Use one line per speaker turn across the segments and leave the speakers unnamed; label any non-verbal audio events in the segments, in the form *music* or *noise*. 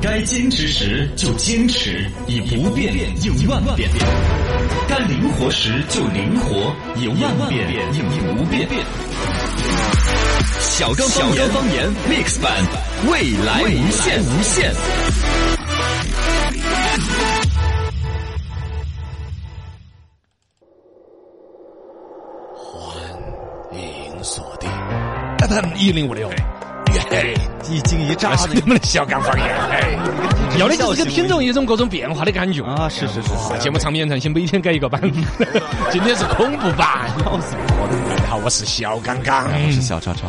该坚持时就坚持，以不变应万变；该灵活时就灵活，以万变应不变。小刚方言方言 mix 版，未来无限无限。
欢迎锁定。
FM 一零五六，
嘿，
一惊一乍的，我们的小刚方言，哎要的就是给听众一种各种变化的感觉啊！是是是，节目场面上先每天改一 *laughs* 个版，今天是恐怖版。大家好，我是小刚刚，我是小超超。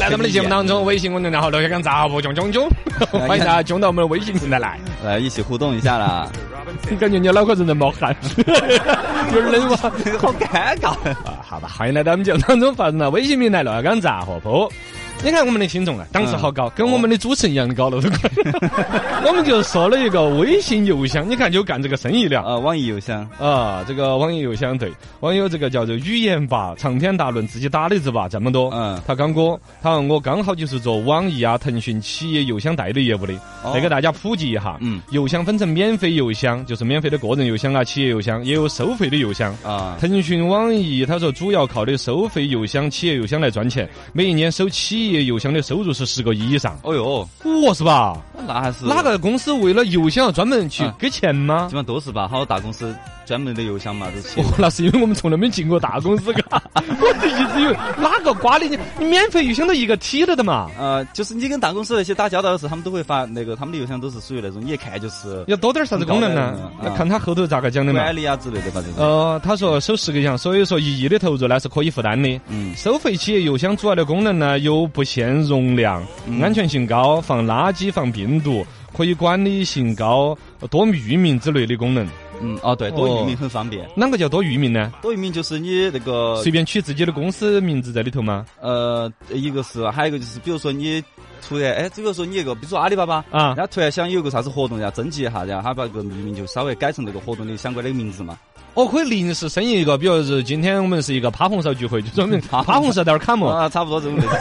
来到我们的节目当中，微信公众号“罗小刚杂货囧囧囧”，欢迎大家囧到我们的微信平台来。
*laughs* 来一起互动一下
*laughs*
啦，
感觉你脑壳子在冒 *laughs* 汗，有点冷哇。
好尴尬。
啊，好吧，欢迎来到我们节目当中，发送到微信平台“乱港杂货铺”。你看我们的听众啊，档次好
哦
高，跟我们的主持人一样高了，都
*laughs*
快。我们就说了一个微信邮箱，你看就干这个生意了。
呃，网易邮箱，
啊，这个网易邮箱对，网友这个叫做语言吧，长篇大论自己打的字吧，这么多。
嗯
他刚哥，他说我刚好就是做网易啊、腾讯企业邮箱贷的业务的，
哦
来给大家普及一下。
嗯
邮箱分成免费邮箱，就是免费的个人邮箱啊、企业邮箱，也有收费的邮箱。
啊，
腾讯、网易，他说主要靠的收费邮箱、企业邮箱来赚钱，每一年收企业邮箱的收入是十个亿以上，
哦哟，
我是吧？
那还是
哪个公司为了邮箱要专门去
啊
给钱吗 *laughs*
基本？上都是吧，好多大公司专门的邮箱嘛，都起
哦，那是因为我们从来没进过大公司， *laughs* 嘎，我就一直以为哪个瓜的你，你免费邮箱都一个体了的嘛，
呃，就是你跟大公司那些打交道的时候，他们都会发那个，他们的邮箱都是属于那种，你一看就是
要多点啥子功能呢
高端？的
那
啊
看他后头咋个讲的嘛。
管理啊之类的吧，这种。
呃，他说收十个样，所以说一亿的投入呢是可以负担的。
嗯
收费企业邮箱主要的功能呢有不限容量、
嗯
安全性高、防垃圾、防病毒、可以管理性高、多域名之类的功能。
嗯，哦对，多域名很方便，
啷个叫多域名呢？
多域名就是你那个
随便取自己的公司名字在里头吗？
呃，一个是，还有一个就是，比如说你突然，哎，比如说你一个，比如说阿里巴巴
啊
然后突然想有个啥子活动，然后征集一下，然后他把个命名就稍微改成这个活动的相关的名字嘛。
哦，可以临时生一个，比如是今天我们是一个趴红苕聚会，就专门趴红苕点卡嘛，
啊，差不多这种类似。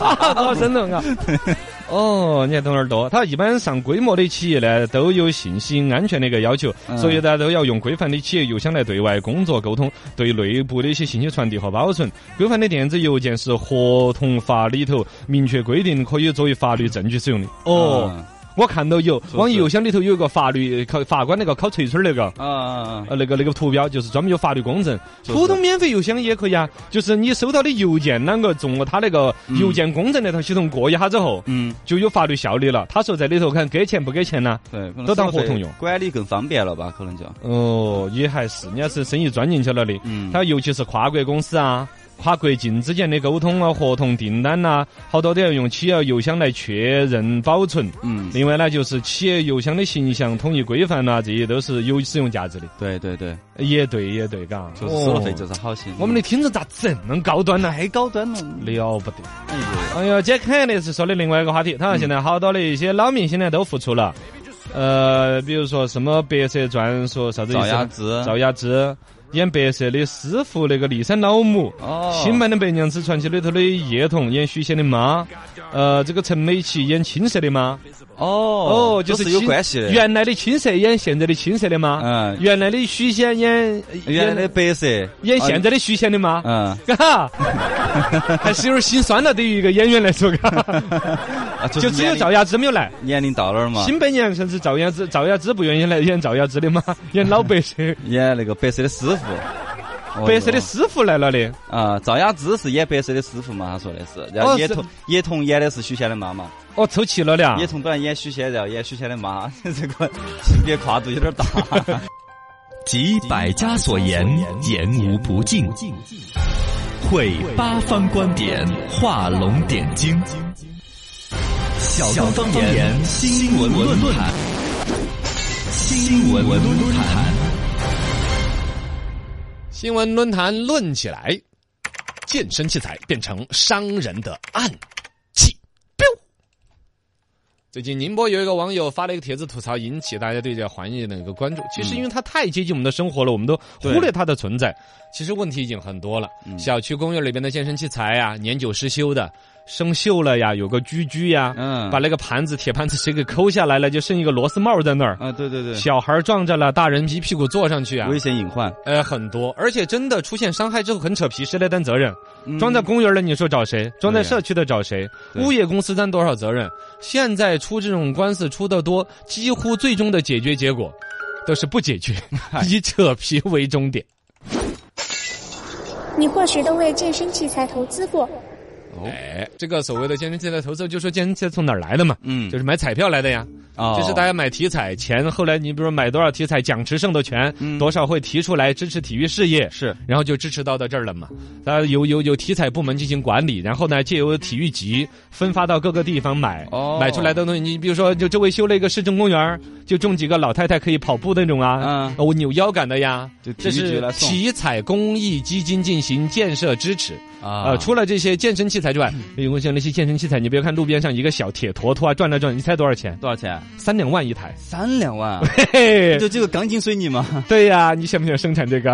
好生动啊！ *laughs* 哦，你看懂点儿多。它一般上规模的企业呢，都有信息安全的一个要求，
嗯
所以呢，都要用规范的企业邮箱来对外工作沟通，对内部的一些信息传递和保存。规范的电子邮件是合同法里头明确规定可以作为法律证据使用的。 *laughs* 哦，
嗯
我看到有
是
网易邮箱里头有一个法律考法官那个考锤锤儿那个。
啊，
呃，那个那个图标就是专门有法律公证，
就是
普通免费邮箱也可以啊。就是你收到的邮件啷个中了他那个邮件公证那套系统过一下之后，
嗯，
就有法律效力了。他说在里头看给钱不给钱呢？
对，可能
都当
收费
合同用
管理更方便了吧？可能就，
哦，也还是，人家是生意钻进去了的。
嗯，
他尤其是跨国公司啊。跨国境之间的沟通啊，合同订单呐、好多都要用企业邮箱来确认保存。
嗯，
另外呢，就是企业邮箱的形象统一规范呐、啊这些都是有使用价值的。
对对对，
也对，也对，嘎，
就是收了费
哦
就是好些。
我们的听众咋这么高端呢？还
太高端了，
了不得！
哎呦，
哎呦，今天肯定是说的另外一个话题。他说现在好多的一些老明星呢都复出了，呃，比如说什么白蛇传说啥子意
赵
思？
雅芝，
赵雅芝演白蛇的师傅那个骊山老母。
哦，
新版的《白娘子传奇》里头的叶童演许仙的妈，呃，这个陈美琪演青蛇的妈，
哦
哦，就
都
是
是有
青
关系的。
原来的青蛇演现在的青蛇的妈，
嗯
原来的许仙演
原来的白色，啊
演现在的许仙的妈，
嗯，
*laughs* 嘎，还是有点心酸了。对于一个演员来说，嘎，
啊
就只有赵雅芝没有来。
年龄到那儿嘛，
新白娘甚至赵雅芝，赵雅芝不愿意来演赵雅芝的嘛， *laughs* 演老白蛇，
演那个白色的师傅，哦
白蛇的师傅来了的。
哟啊，赵雅芝是演白色的师傅嘛，他说的是，然
哦
后叶
是
童叶童演的是许仙的妈妈，
哦，凑齐了的啊
叶！童本来演许仙，然后演许仙的妈， *laughs* 这个性别跨度有点大。
集百家所言，言无不尽；汇八方观点，画龙点睛。小刚方言新闻论坛，新闻论坛。
新闻论坛论起来，健身器材变成商人的暗器。最近宁波有一个网友发了一个帖子吐槽，引起大家对这环艺的一个关注。其实因为它太接近我们的生活了，我们都忽略它的存在。嗯其实问题已经很多了，小区公园里边的健身器材呀、年久失修的。生锈了呀，有个居居呀，
嗯
把那个盘子铁盘子谁给抠下来了，就剩一个螺丝帽在那儿。
啊，对对对，
小孩撞着了，大人一屁股坐上去啊，
危险隐患，
呃，很多，而且真的出现伤害之后很扯皮，谁来担责任？
嗯
装在公园的你说找谁？装在社区的找谁？
对
物业公司担多少责任？现在出这种官司出的多，几乎最终的解决结果都是不解
*laughs*
决，
哎
以扯皮为终点。
你或许都为健身器材投资过，
哎，这个所谓的健身器材投资，就说健身器材从哪儿来的嘛？
嗯
就是买彩票来的呀。
啊
就是大家买题材，钱后来你比如说买多少题材，奖池剩的权、
嗯
多少会提出来支持体育事业，
是
然后就支持到到这儿了嘛。它由由由题材部门进行管理，然后呢借由体育局分发到各个地方买，
哦
买出来的东西，你比如说就周围修了一个市政公园儿，就种几个老太太可以跑步那种啊
嗯，
我、扭腰杆的呀
就，体
这
育局
是
来送
体彩公益基金进行建设支持。
啊嗯
呃，除了这些健身器材之外，因为像那些健身器材，你别看路边上一个小铁坨坨啊，转来转，你猜多少钱？
多少钱？
三两万一台。
三两万啊，
嘿
*laughs* 就这个钢筋水
*laughs*
泥嘛，
对呀、你想不想生产这
*laughs*
个？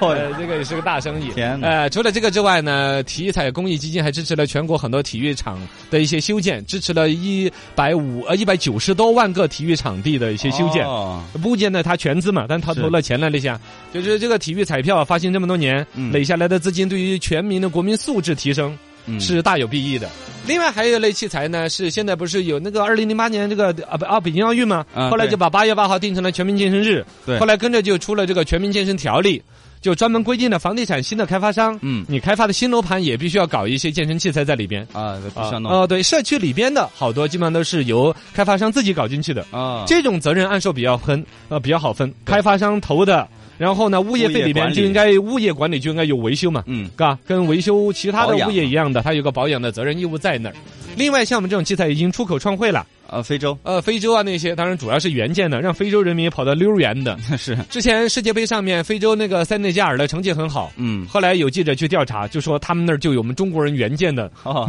呃这个也是个大生意。
天哪
呃，除了这个之外呢，体彩公益基金还支持了全国很多体育场的一些修建，支持了一百五呃一百九十多万个体育场地的一些修建。
哦
部件呢，他全资嘛，但他投了钱了那些，就是这个体育彩票啊发行这么多年，
嗯
累下来的资金对于全民的国民素质提升
嗯
是大有裨益的。另外还有一类器材呢，是现在不是有那个二零零八年这个啊不啊北京奥运嘛，
啊
后来
对
就把八月八号定成了全民健身日，
对
后来跟着就出了这个全民健身条例，就专门规定了房地产新的开发商，
嗯
你开发的新楼盘也必须要搞一些健身器材在里边。
啊，这必须
啊
要弄
哦，对，社区里边的好多基本上都是由开发商自己搞进去的。
啊，
这种责任按说比较分，呃，比较好分，开发商投的，然后呢，物业费里边就应该物业管理就应该有维修嘛，
嗯
嘎，跟维修其他的
保养
物业一样的，它有个保养的责任义务在那儿。另外，像我们这种器材已经出口创汇了，
啊，非洲 *laughs*
呃，非洲啊那些，当然主要是援建的，让非洲人民也跑到溜儿圆的。
是
之前世界杯上面，非洲那个塞内加尔的成绩很好，
嗯
后来有记者去调查，就说他们那儿就有我们中国人援建的 *laughs*
哦，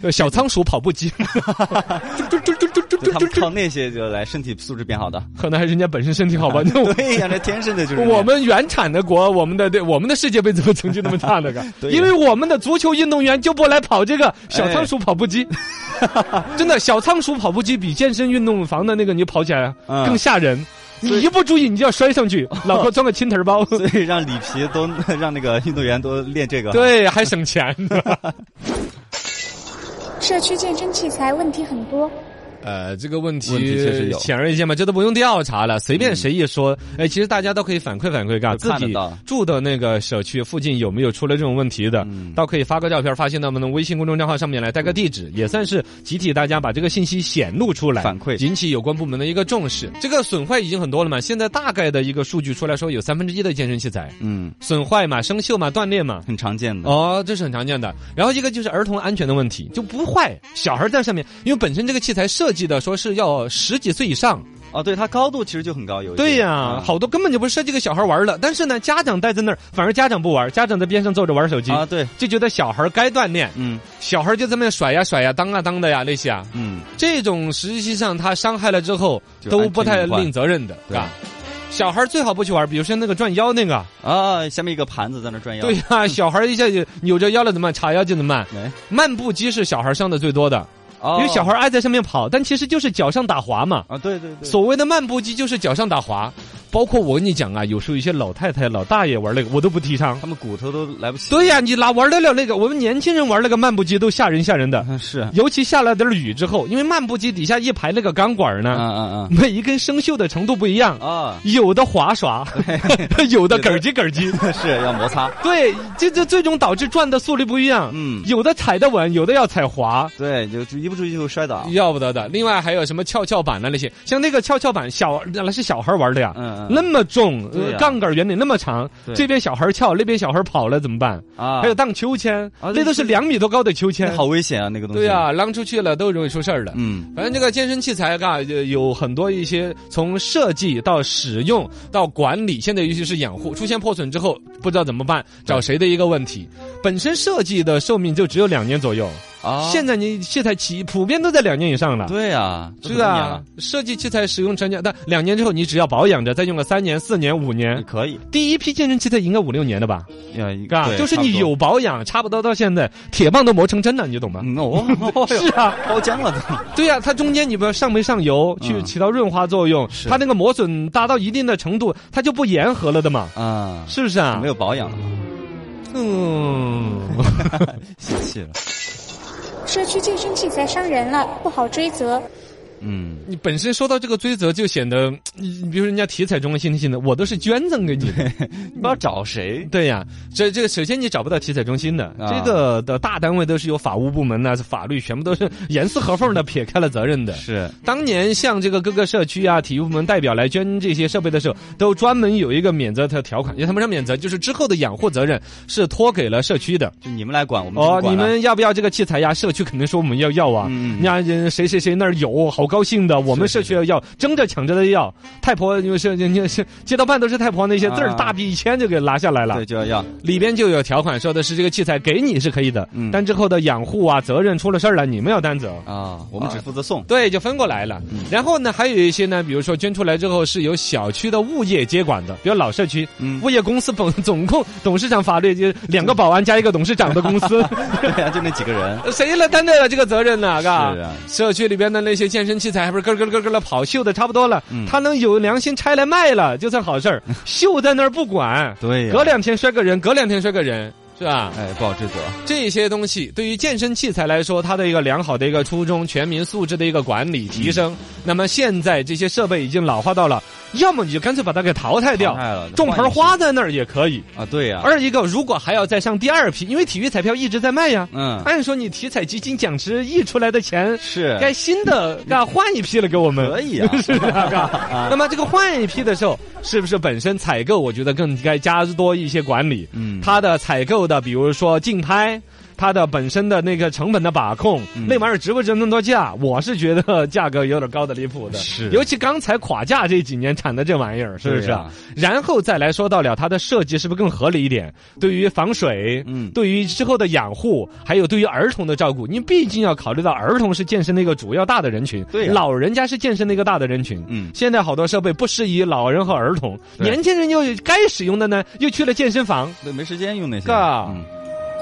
呃小仓鼠跑步机，
就他们靠那些就来身体素质变好
*laughs*
的，
可能还是人家本身身体好吧？那我
对呀，那天生的就是
我们原产的国，我们的对我们的世界杯怎么成绩那么差呢？个，
对
因为我们的足球运动员就不来跑这个小仓鼠跑步机，真的小仓鼠跑步机比健身运动房的那个你跑起来
嗯
更吓人。你一不注意，你就要摔上去，脑壳装个青藤包。
所以让里皮都让那个运动员都练这个，，
对，还省钱呢。
社区健身器材问题很多，
呃，这个问题
问题确实有
显而易见嘛，这都不用调查了，随便谁一说，哎、其实大家都可以反馈反馈，嘎，
都
自
呃看得
己
到
住的那个社区附近有没有出了这种问题的，
嗯
倒可以发个照片发现到我们的微信公众账号上面来，带个地址，也算是集体大家把这个信息显露出来，
反馈
引起有关部门的一个重视。这个损坏已经很多了嘛，现在大概的一个数据出来说，有三分之一的健身器材
嗯，
损坏嘛、生锈嘛、断裂嘛，
很常见的，
哦，这是很常见的。然后一个就是儿童安全的问题，就不坏，小孩在上面，因为本身这个器材设计的说是要十几岁以上，
哦，对，它高度其实就很高，有一
对
些
呀、
啊
好多根本就不是设计给小孩玩的。但是呢，家长待在那儿，反而家长不玩，家长在边上坐着玩手机，
啊，对，
就觉得小孩该锻炼，
嗯
小孩就在那边甩呀甩呀，当啊当的呀那些啊，
嗯，
这种实际上他伤害了之后
就
都不太
安全隐患
吝责任的，
对
吧？小孩最好不去玩，比如说那个转腰那个，
啊，下面一个盘子在那转腰，
对哎呀、小孩一下就扭着腰了怎么办？叉腰就怎么办？
哎，
漫步机是小孩伤的最多的，
哦，
因为小孩爱在上面跑，但其实就是脚上打滑嘛。
啊，对对对，
所谓的漫步机就是脚上打滑，包括我跟你讲啊，有时候有些老太太、老大爷玩那个，我都不提倡。
他们骨头都来不及，
对呀、你哪玩得了那个？我们年轻人玩那个漫步机都吓人吓人的，
嗯 *laughs* 是，嗯
尤其下了点雨之后，因为漫步机底下一排那个钢管儿呢，
嗯
每一根生锈的程度不一样
嗯，，啊，
有的滑
*laughs*
刷，有的
有的
咯叽咯叽。
是要摩擦，
对，这这最终导致转的速率不一样，
嗯
有的踩得稳，有的要踩滑。
对，就就一不注意就会摔倒，
要不得的。另外还有什么跷跷板啊那些，像那个跷跷板小那是小孩玩的呀，
嗯嗯
那么重，呃
对呀
杠杆原理那么长，
对
这边小孩翘，那边小孩跑了怎么办？
啊，
还有荡秋千，
啊
那都是两米多高的秋千
那，好危险啊，那个东西，
对呀、，扔出去了都容易出事儿的。
嗯
反正这个健身器材啊，呃有很多一些从设计到使用到管理，现在尤其是养护，出现破损之后不知道怎么办，找谁的一个问题。本身设计的寿命就只有两年左右，
啊
现在你器材起普遍都在两年以上了。
对啊，这
是
都一年
啊
了，
设计器材使用成年，但两年之后你只要保养着，再用个三年、四年、五
也
年，
可以，
第一批健身器材应该五六年的吧？
呃，
啊，
对
就是
差不
你
多
有保养，差不多到现在铁棒都磨成针了，你懂吗？
嗯
*laughs*
哦，
是啊，
包浆了
*laughs*
都。
对呀、它中间你不要上没上油，去
嗯
起到润滑作用，它那个磨损达到一定的程度，它就不沿河了的嘛，
啊，
是不是啊？
没有，保养了嘛， *laughs*
嗯，
泄气了。
社区健身器材伤人了，不好追责。
嗯，
你本身说到这个追责，就显得，嗯你你比如人家体彩中心信的，我都是捐赠给你的，
你不知道找谁？
对呀，这这个首先你找不到体彩中心的，
啊
这个的大单位都是有法务部门呐、法律全部都是 *laughs* 严丝合缝的撇开了责任的。
是
当年向这个各个社区啊、体育部门代表来捐这些设备的时候，都专门有一个免责条条款，也他们说免责，就是之后的养护责任是托给了社区的。
就你们来管，我们
哦，
不
你
嗯管了
们要不要这个器材呀？社区肯定说我们要要啊。
嗯嗯
那人谁谁谁那儿有，好高兴的，我们社区要要，争着抢着的要。太婆因为是人家是街道办都是太婆那些字儿
啊
大笔一签就给拿下来了。
对就要要
里边就有条款说的是这个器材给你是可以的，
嗯
但之后的养护啊、责任出了事儿了，你们要担责。嗯
啊，我们只负责送。 *laughs*
对，就分过来了。然后呢，还有一些呢，比如说捐出来之后是由小区的物业接管的，比如老社区，
嗯
物业公司总总共董事长法律就是两个保安加一个董事长的公 *laughs* 司，
对啊，就那几个人。
谁来担待了这个责任呢？嘎
是啊
社区里边的那些健身器材还不是咯咯咯咯咯跑锈的差不多了，
嗯
他能有良心拆来卖了就算好事 *laughs* 儿，锈在那儿不管，
对呀
隔两天摔个人，隔两天摔个人，是吧？
哎，不好追责。
这些东西对于健身器材来说，它的一个良好的一个初衷，全民素质的一个管理提
嗯
升。那么现在这些设备已经老化到了，要么你就干脆把它给淘汰掉
淘汰了，
种盆花在那儿也可以。
啊，对呀。
二一个，如果还要再上第二批，因为体育彩票一直在卖呀。
嗯，
按说你体彩基金奖池溢出来的钱，
是
该新的那换一批了给我们。。
可以啊
*laughs* 是啊，嘎那么这个换一批的时候，是不是本身采购，我觉得更该加多一些管理？
嗯
它的采购的，比如说竞拍。它的本身的那个成本的把控，
嗯
那玩意儿值不值那么多价？我是觉得价格有点高的离谱的，
是
尤其刚才垮价这几年产的这玩意儿，是不是
对
啊
呀？
然后再来说到了它的设计是不是更合理一点？对于防水，
嗯
对于之后的养护，还有对于儿童的照顾，你毕竟要考虑到儿童是健身的一个主要大的人群，
对呀
老人家是健身的一个大的人群，
嗯
现在好多设备不适宜老人和儿童，
对
年轻人又该使用的呢，又去了健身房。
对，没时间用那些。
嘎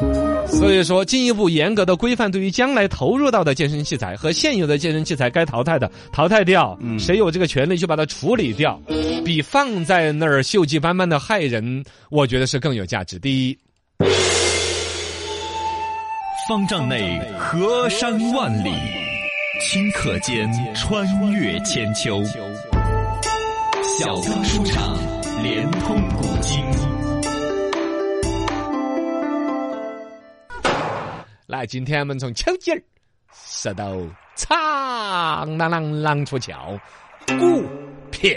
嗯，
所以说，进一步严格的规范对于将来投入到的健身器材和现有的健身器材该淘汰的淘汰掉，
嗯
谁有这个权利去把它处理掉，比放在那儿锈迹斑斑的害人，我觉得是更有价值。第一，
方丈内河山万里，顷刻间穿越千秋。小刚书场，连通古今。
来，今天我们从丘吉尔说到长朗朗朗出鞘，股票。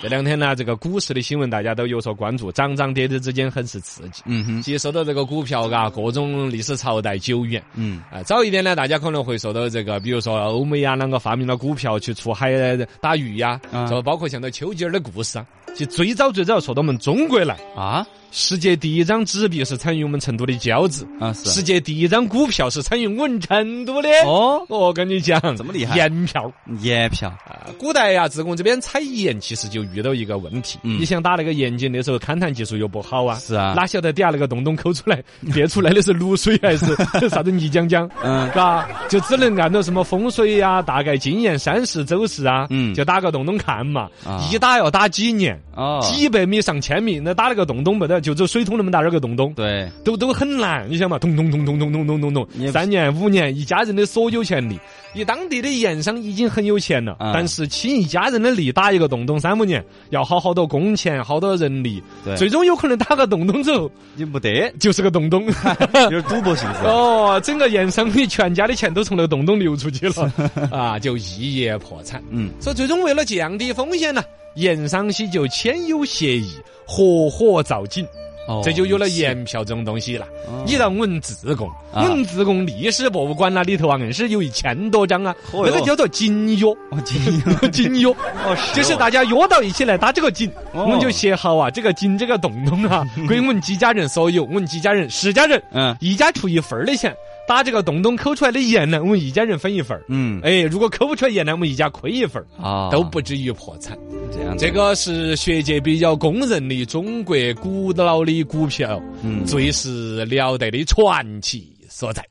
这两天呢，这个股市的新闻大家都有所关注，涨涨跌跌之间很是刺激。
嗯哼，
其实说到这个股票，嘎，各种历史朝代久远。
嗯，
啊，早一点呢，大家可能会说到这个，比如说欧美啊，啷个发明了股票去出海呃打鱼呀、
啊
这、包括像那丘吉尔的故事啊，其实最早最早说到我们中国来，
啊
世界第一张纸币是产于我们成都的交子，
啊
世
是。
界第一张股票是产于我们成都的。
哦，
我跟你讲，
怎么厉害
盐票
盐票
啊！古代呀、自贡这边采盐其实就遇到一个问题，
嗯
你想打那个盐井的时候，勘探技术又不好啊，
是啊
哪晓得底下那个洞洞抠出来，别出来的是卤水还
*laughs*
是啥子泥浆浆？
嗯
嘎，就只能按照什么风水呀、大概经验、山势、走势啊，
嗯
就打个洞洞看嘛。
啊
一打要打几年，
哦，
几百米、上千米，那打了个洞洞没得，就走水桶那么大点儿个洞洞，
对，
都都很难。你想嘛，咚咚咚咚咚咚咚咚咚，
也不
三年五年，一家人的所有权利，以当地的盐商已经很有钱了，
啊
但是请一家人的力打一个洞洞三五年，要好好多工钱，好多人力，
对
最终有可能打个洞洞之后
你没得，
就是个洞
*laughs*
洞。 *laughs*
就是赌博性质。
哦，整个盐商你全家的钱都从那个洞洞流出去
*laughs*
了啊，就一夜破产。
嗯，
所以最终为了降低风险呢，盐商些就签有协议，合伙造紧，
哦
这就有了盐票这种东西了。
哦
你到我们自贡，我
啊
们自贡历史博物馆那里头啊，硬是有一千多张啊，
哦哟
那个叫做锦约。
哦，
*laughs*
金银
锦约，
哦，是
就是
哦
大家约到一起来打这个锦，
哦
我们就写好啊，这个锦这个洞洞啊，归我们几家人所有，我们几家人十家人，
嗯
一家出一份儿的钱，打这个洞洞抠出来的盐呢，我们一家人分一份儿。
嗯，
哎，如果抠不出来盐呢，我们一家亏一份儿，
啊
都不至于破产。
这样子。
这个是学界比较公认的中国古老的股票，
嗯
最是了得的传奇所在。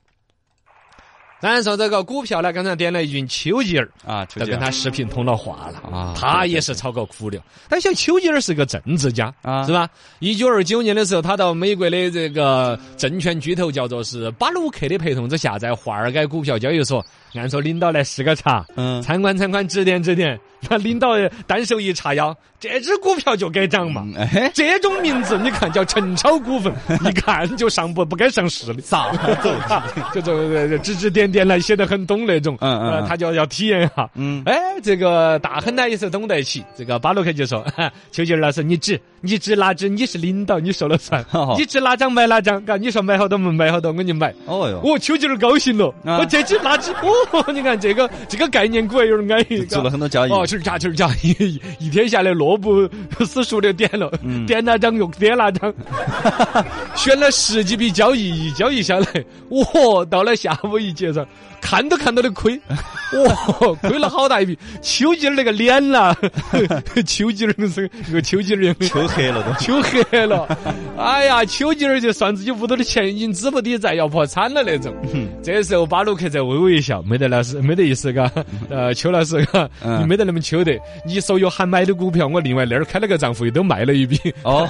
当然说这个股票呢，刚才点了一句丘吉尔，
啊，就
都
这
跟
样
他视频通了话了
啊
他也是炒个股流。但像丘吉尔是个政治家
啊
是吧？一九二九年的时候，他到美国的这个证券巨头叫做是巴鲁克的陪同之下，在华尔街股票交易所，按说领导来试个茶，
嗯
参观参观，指点指点。那领导单手一叉腰，这只股票就该涨嘛。
哎，
这种名字，你看叫陈超股
*laughs*
份，一看就上不不该上市的，
早走，
*laughs* 就这指指点点来，写得很懂那种。
嗯嗯
呃
嗯
他就要体验一下。
嗯，
哎，这个大亨呢也是懂得起。这个巴洛克就说：“ *laughs* 丘吉尔老师，你指你指哪只？你是领导，你说了算。
*laughs* 哦
你指哪张买哪张，嘎，你说买好多没买好多，我给你买。”
哦哟，
哦，丘吉尔高兴了，
啊
我这只哪只？哦， *laughs* 你看这个这个概念股还有点安逸，
做了很多交易，
哦，就是这样，就是这样，一一天下来落不死数的点了，
嗯
点哪张又点哪
*laughs*
张，选了十几笔交易，一交易下来，哇、到了下午一结账，看都看到的亏，哇、亏了好大一笔。 *laughs* 丘吉尔那个脸 *laughs* 啦，丘吉尔是个丘吉尔样的。
球黑
*laughs*
了都。
秋黑了，哎呀，丘吉尔就算自己屋头的钱已经资不抵债，要破产了那种。
嗯
这时候巴鲁克在微微一笑，没得老师，没得意思嘎，呃，邱老师嘎，
嗯
你没得那么秋的，你所有喊买的股票，我另外那儿开了个账户，又都卖了
*laughs*
一笔，
哦，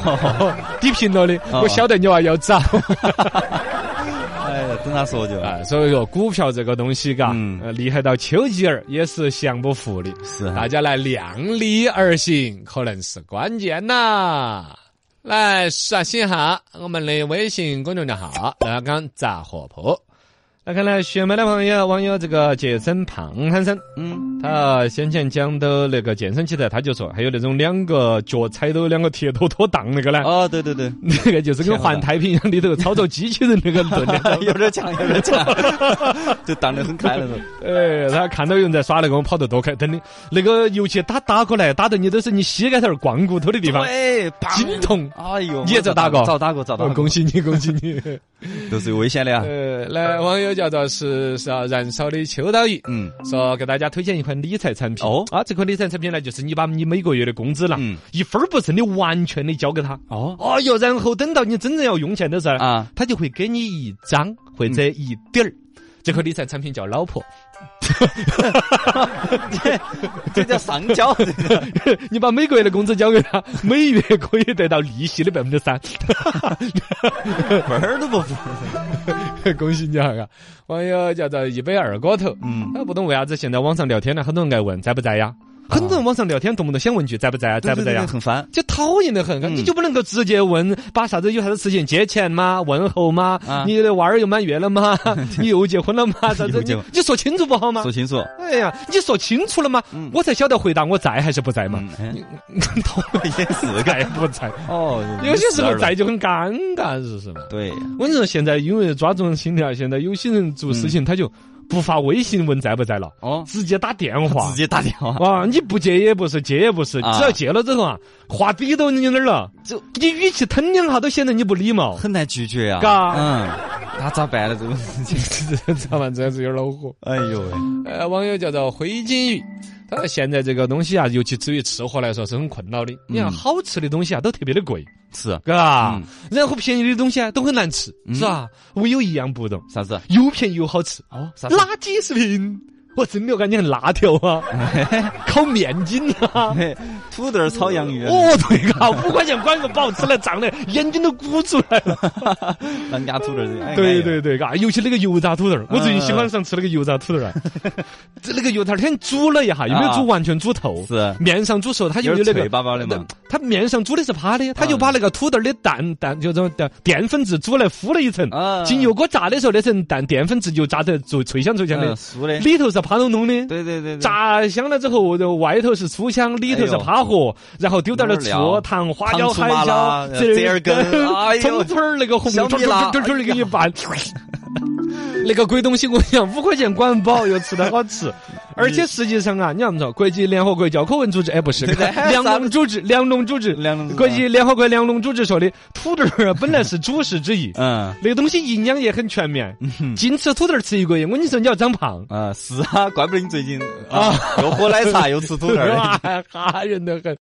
抵平了的，
哦嗯
我晓得你娃要找。
哎呀，等他说就
*laughs* 啊，所以说股票这个东西，嘎，
嗯
呃厉害到丘吉尔也是降不服的。
是啊
*laughs* 大家来量力而行，可能是关键呐。来刷新一下我们的微信公众号“老港杂货铺”。来看来选美的朋友，网友这个杰森胖汉森，
嗯，
他先前讲的那个健身器材，他就说还有那种两个脚踩到两个铁坨坨荡那个呢，
哦，对对对，
*laughs* 那个就是跟环太平洋里头操作机器人那个盾的。
有点强，有点强， *laughs* 就荡得很开了都。
哎，他看到有人在耍那个，我跑得多开，真的，那个油漆打打过来，打到你都是你膝盖头儿、肱骨头的地方，
哎，棒
筋痛。
哎呦，
你也遭打过
遭打过，遭打
哦
过，
恭喜你，恭喜你！
都是有危险的
*laughs*
啊。
呃，来，网友叫做是是啊，燃烧的秋刀鱼，
嗯，
说给大家推荐一款理财产品。
哦
啊，这款理财产品呢，就是你把你每个月的工资啦，
嗯
一分儿不剩的完全的交给他。
哦，
哦哟，然后等到你真正要用钱的时候
啊，
他就会给你一张或者一点儿。这款理财产品叫老婆，
这叫上
*laughs*
交，
你把每个月的工资交给他，每月可以得到利息的百分之三。 *laughs*
分儿都不分。
恭喜你啊！嘎网友叫做一杯二锅头，哎
嗯，
他不懂为啥子现在网上聊天呢，很多人爱问在不在呀？很多人网上聊天动不动想问句在不在啊，在不在呀？
很嗯烦。
就讨厌的很，你就不能够直接问，把啥子有啥子事情借钱吗？问候吗？
啊
你的娃儿又满月了
*laughs*
吗？你又结婚了吗？啥子
又？结
你
婚
你说清楚不好吗
说？清楚。
哎呀，你说清楚了吗？我才晓得回答我在还是不在 *laughs* 嘛。
*laughs* 嗯，
讨
也是
厌
该。
不在，
哦，
哎有些时候在就很尴尬，是什么？
对，
我跟你说，现在因为抓住人心了，现在有些人做事情他就不发微信问在不在了，
嗯哦，
直接打电话
直。接打电话，
哇，你不借也不是，借也不是，
啊
只要借了之后啊，话逼到你那儿了，
就
你语气腾两下都显得你不礼
*laughs*
貌，
很难拒绝呀。
嘎
嗯，那咋办呢？这种事情，
*laughs* 咋办？真是有点恼火。
哎呦喂，
呃，网友叫做灰金鱼，他说现在这个东西啊，尤其对于吃货来说是很困扰的。你看，
嗯
好吃的东西啊，都特别的贵，
是
嘎、
嗯
然后便宜的东西啊，都很难吃，是吧？我有一样不懂，
啥子？
又便宜又好吃。
哦，啥子？
垃圾食品，我真的有感觉很辣条
*laughs*
啊，烤面筋啊。
嘿 *laughs* 土豆炒洋芋，啊
哦，对嘎，五块钱管个饱，吃了胀的，眼睛都鼓出来了。
咱家土豆儿 *laughs* 哎嗯
对
哎
对对，嘎，尤其那个油炸土豆儿，我最近喜欢上吃那个油炸土豆儿
*laughs*
啊。这那个油炸先煮了一下，有没有煮
啊
完全煮透？
是
面上煮熟，它就
有
有
点
那个
脆巴巴的嘛。啊
它面上煮的是趴的，它就把那个土豆儿的蛋蛋就这种的淀粉质煮来敷了一层
啊，
进油锅炸的时候，那层蛋淀粉质就炸得就脆香脆香的
嗯，酥的，
里头是趴隆隆的。
对对对，对，
炸香了之后，这外头是酥香，里头是趴火，然后丢点了
有点儿
醋、
料
糖、花
糖
椒、
醋
海椒
麻辣、
折
折耳根哎呦
葱花儿那个红
小
椒，
米
唰唰
辣
唰唰那个一拌。那个鬼东西，我跟你讲，五块钱管饱，又吃的好吃，而且实际上啊，你看不错，国际联合国教科文组织，哎，不是，梁农组织，梁农组织，
梁农组织
国际联合国梁农组织说的，土豆儿啊本来是主食之一，
嗯，
那个东西营养也很全面，净吃土豆儿吃一个月，我跟你说你要长胖。
*laughs* 啊啊，是啊，怪不得你最近啊，又喝奶茶又吃土豆儿。
*laughs* 哇，吓人得很。